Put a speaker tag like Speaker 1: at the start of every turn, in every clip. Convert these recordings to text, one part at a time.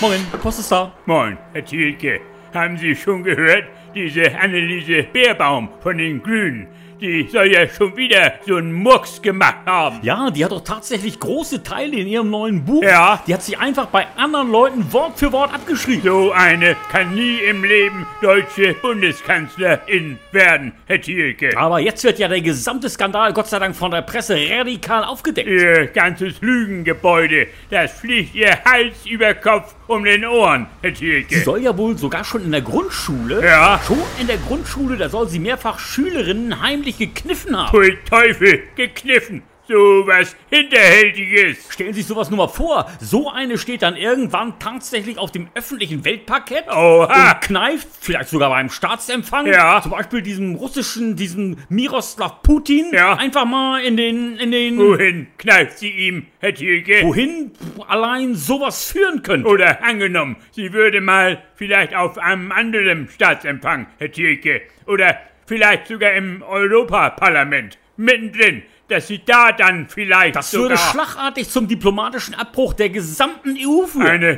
Speaker 1: Moin, die Post ist da.
Speaker 2: Moin, Herr Thielke. Haben Sie schon gehört, diese Anneliese Bärbaum von den Grünen? Die soll ja schon wieder so einen Murks gemacht haben.
Speaker 1: Ja, die hat doch tatsächlich große Teile in ihrem neuen Buch.
Speaker 2: Ja.
Speaker 1: Die hat sich einfach bei anderen Leuten Wort für Wort abgeschrieben.
Speaker 2: So eine kann nie im Leben deutsche Bundeskanzlerin werden, Herr Thielke.
Speaker 1: Aber jetzt wird ja der gesamte Skandal Gott sei Dank von der Presse radikal aufgedeckt.
Speaker 2: Ihr ganzes Lügengebäude, das fliegt ihr Hals über Kopf um den Ohren, Herr
Speaker 1: Sie
Speaker 2: Thielke.
Speaker 1: soll ja wohl sogar schon in der Grundschule.
Speaker 2: Ja.
Speaker 1: Schon in der Grundschule, da soll sie mehrfach Schülerinnen heimlich gekniffen haben.
Speaker 2: Pfui Teufel, gekniffen. So was Hinterhältiges.
Speaker 1: Stellen Sie sich sowas nur mal vor. So eine steht dann irgendwann tatsächlich auf dem öffentlichen Weltparkett
Speaker 2: Oha.
Speaker 1: und kneift, vielleicht sogar beim Staatsempfang,
Speaker 2: Ja.
Speaker 1: zum Beispiel diesem russischen, diesem Miroslav Putin,
Speaker 2: Ja.
Speaker 1: einfach mal in den, in den,
Speaker 2: Wohin kneift sie ihm, Herr Thielke?
Speaker 1: wohin allein sowas führen könnte.
Speaker 2: Oder angenommen, sie würde mal vielleicht auf einem anderen Staatsempfang, Herr Thielke. Oder vielleicht sogar im Europaparlament. Mittendrin, dass sie da dann vielleicht
Speaker 1: Das
Speaker 2: sogar
Speaker 1: würde schlagartig zum diplomatischen Abbruch der gesamten EU führen.
Speaker 2: eine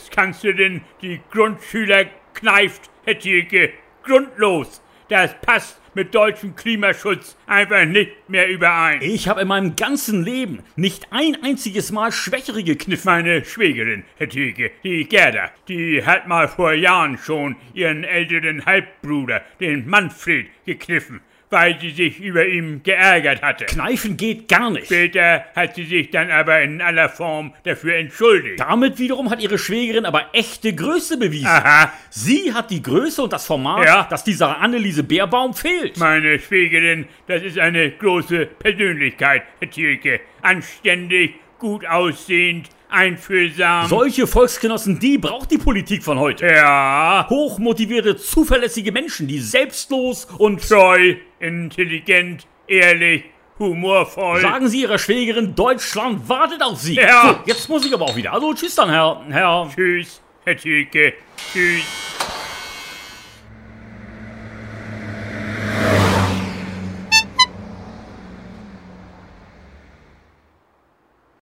Speaker 2: Bundeskanzlerin die Grundschüler kneift, Herr Thielke. Grundlos. Das passt mit deutschem Klimaschutz einfach nicht mehr überein.
Speaker 1: Ich habe in meinem ganzen Leben nicht ein einziges Mal Schwächere gekniffen.
Speaker 2: Meine Schwägerin, Herr Thielke, die Gerda, die hat mal vor Jahren schon ihren älteren Halbbruder, den Manfred, gekniffen, weil sie sich über ihn geärgert hatte.
Speaker 1: Kneifen geht gar nicht.
Speaker 2: Später hat sie sich dann aber in aller Form dafür entschuldigt.
Speaker 1: Damit wiederum hat ihre Schwägerin aber echte Größe bewiesen.
Speaker 2: Aha,
Speaker 1: Sie hat die Größe und das Format,
Speaker 2: Ja.
Speaker 1: dass dieser Anneliese Bärbaum fehlt.
Speaker 2: meine Schwägerin, das ist eine große Persönlichkeit, Herr Thielke. Anständig, gut aussehend, einfühlsam.
Speaker 1: Solche Volksgenossen, die braucht die Politik von heute.
Speaker 2: ja.
Speaker 1: Hochmotivierte, zuverlässige Menschen, die selbstlos und...
Speaker 2: Treu, intelligent, ehrlich, humorvoll.
Speaker 1: Sagen Sie Ihrer Schwägerin, Deutschland wartet auf Sie.
Speaker 2: Ja.
Speaker 1: So, jetzt muss ich aber auch wieder. Also tschüss dann, Herr... Herr...
Speaker 2: Tschüss, Herr Thielke. Tschüss.